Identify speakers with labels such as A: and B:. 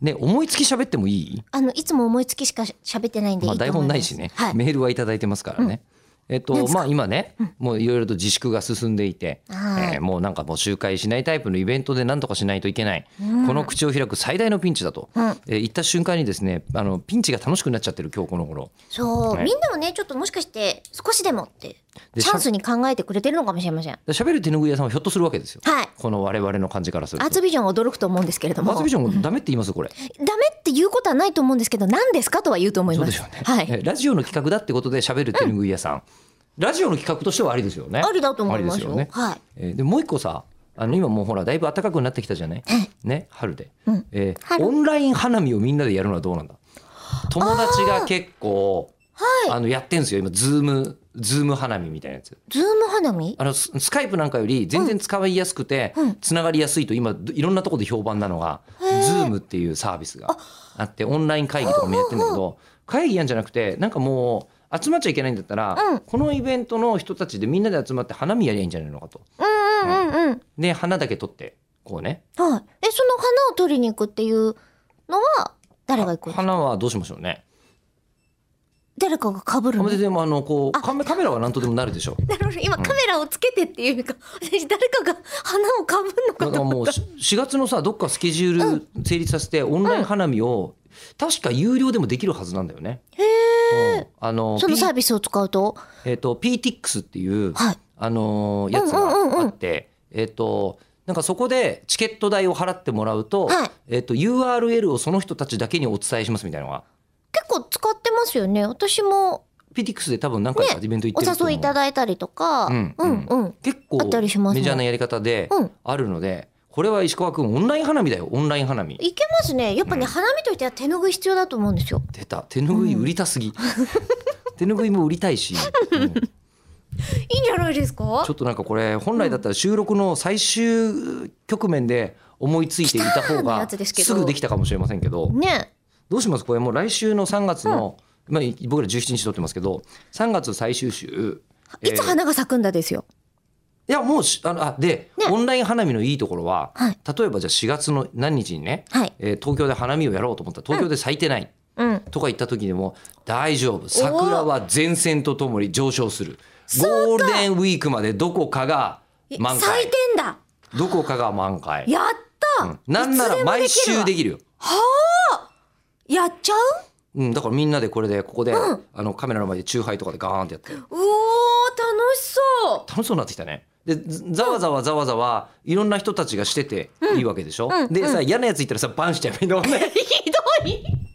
A: ね、思いつき喋ってもいい
B: あのいつも思いつきしか喋ってないんでい
A: まあ、
B: いと思い
A: 台
B: ます。
A: 本ないしね、
B: はい。
A: メールはいただいてますからね。えっ
B: 何
A: と
B: ですか
A: まあ、今ね、もういろいろと自粛が進んでいて、
B: はい
A: えーもうなんかもう集会しないタイプのイベントで何とかしないといけない、この口を開く最大のピンチだと、
B: うん
A: えー言った瞬間にですねあのピンチが楽しくなっちゃってる今日この頃
B: そう、
A: ね
B: みんなもねちょっともしかして少しでもって
A: で
B: チャンスに考えてくれてるのかもしれません。
A: 喋る手拭い屋さんはひょっとするわけですよ、
B: はい
A: この我々の感じからする
B: ア
A: と
B: ーツビジョンは驚くと思うんですけれども、
A: アー
B: ダ
A: ツ
B: メ
A: ビジョンダメって言いますこれ
B: っていうことはないと思うんですけど、何ですかとは言うと思い
A: そう
B: ま。
A: ですしょうね、
B: は
A: え
B: い。
A: ーラジオの企画だってことで喋る手拭い屋さん、ラジオの企画としてはありですよね
B: ありだと思います
A: あり
B: よ。
A: でね
B: はい。
A: えーでもう一個さあの今もうほらだいぶ暖かくなってきたじゃない、ね、春で、
B: うん
A: えー
B: 春
A: オンライン花見をみんなでやるのはどうなんだ友達が結構あ,、のやってんですよ今ズームズーム花見みたいなやつ
B: ズーム花見？
A: あのススカイプなんかより全然使いやすくて、
B: うん
A: つながりやすいと今どいろんなところで評判なのが、ズームっていうサービスがあってオンライン会議とかもやってんだけど会議やんじゃなくてなんかもう集まっちゃいけないんだったら、
B: うん
A: このイベントの人たちでみんなで集まって花見やりゃいいんじゃないのかと。
B: うんうんうん。
A: で花だけ取ってこうね
B: はい。えその花を取りに行くっていうのは誰が行くの？
A: 花はどうしましょうね
B: 誰かが被る
A: あ
B: の？
A: まりでもあのこう
B: あ
A: カメカメラは何とでもなるでしょう
B: なるほど今カメラをつけてっていう意味か、私誰かが花をかぶる
A: だ
B: のか
A: から
B: と
A: もうし4月のさどっかスケジュール成立させてオンライン花見を確か有料でもできるはずなんだよね。うんあの
B: その
A: P-
B: サービスを使うと
A: えっと PTX っていう
B: はい
A: あのーやつ
B: うんうんうんう
A: が
B: ん
A: あってえっとなんかそこでチケット代を払ってもらうと
B: はい
A: えっと URL をその人たちだけにお伝えしますみたいなのが
B: 結構使ってますよね私も
A: PTX で多分何回かイベント行っ
B: お
A: てると思う
B: 誘いいただいたりとか、
A: うん
B: うんうん
A: 結構
B: あったりしますね
A: メジャーなやり方で
B: うん
A: あるので、これは石川君オンライン花見だよオンライン花見
B: いけますねやっぱ
A: う
B: ね、
A: ん
B: 花見といっては手拭い必要だと思うんですよ
A: 出た手拭い売りたすぎ、手拭いも売りたいし、 うんち
B: いいんじゃないですか
A: ょっとなんかこれ本来だったら収録の最終局面で思いついていた
B: 来たー
A: 方
B: のや
A: が
B: つですけど
A: すぐできたかもしれませんけど
B: ね
A: どうしますこれもう来週の3月の、まあ、僕ら17日撮ってますけど3月最終週
B: いつ花が咲くんだですよ、
A: いやもうしあのあで、
B: ね
A: オンライン花見のいいところは、
B: はい
A: 例えばじゃあ4月の何日にね、
B: はい
A: えー東京で花見をやろうと思ったら東京で咲いてない
B: うん
A: とか言った時でも大丈夫桜は前線とともに上昇するゴールデンウィークまでどこかが
B: え
A: 満
B: 咲
A: 開
B: いてんだ
A: どこかが満開
B: やった、
A: うんなんなら毎週で
B: いつ
A: きるよ、
B: でもできるわやっちゃう
A: うん、だからみんなでこれでここで、
B: うん
A: あのカメラの前でチューハイとかでガーンってやって
B: うおー楽し そう
A: 楽しそうになってきたね。でざざわざわざわざわいろんな人たちがしてていいわけでしょ、
B: うん
A: でさ嫌なやついたらさバンしちゃえばいいんだもんね
B: ひどい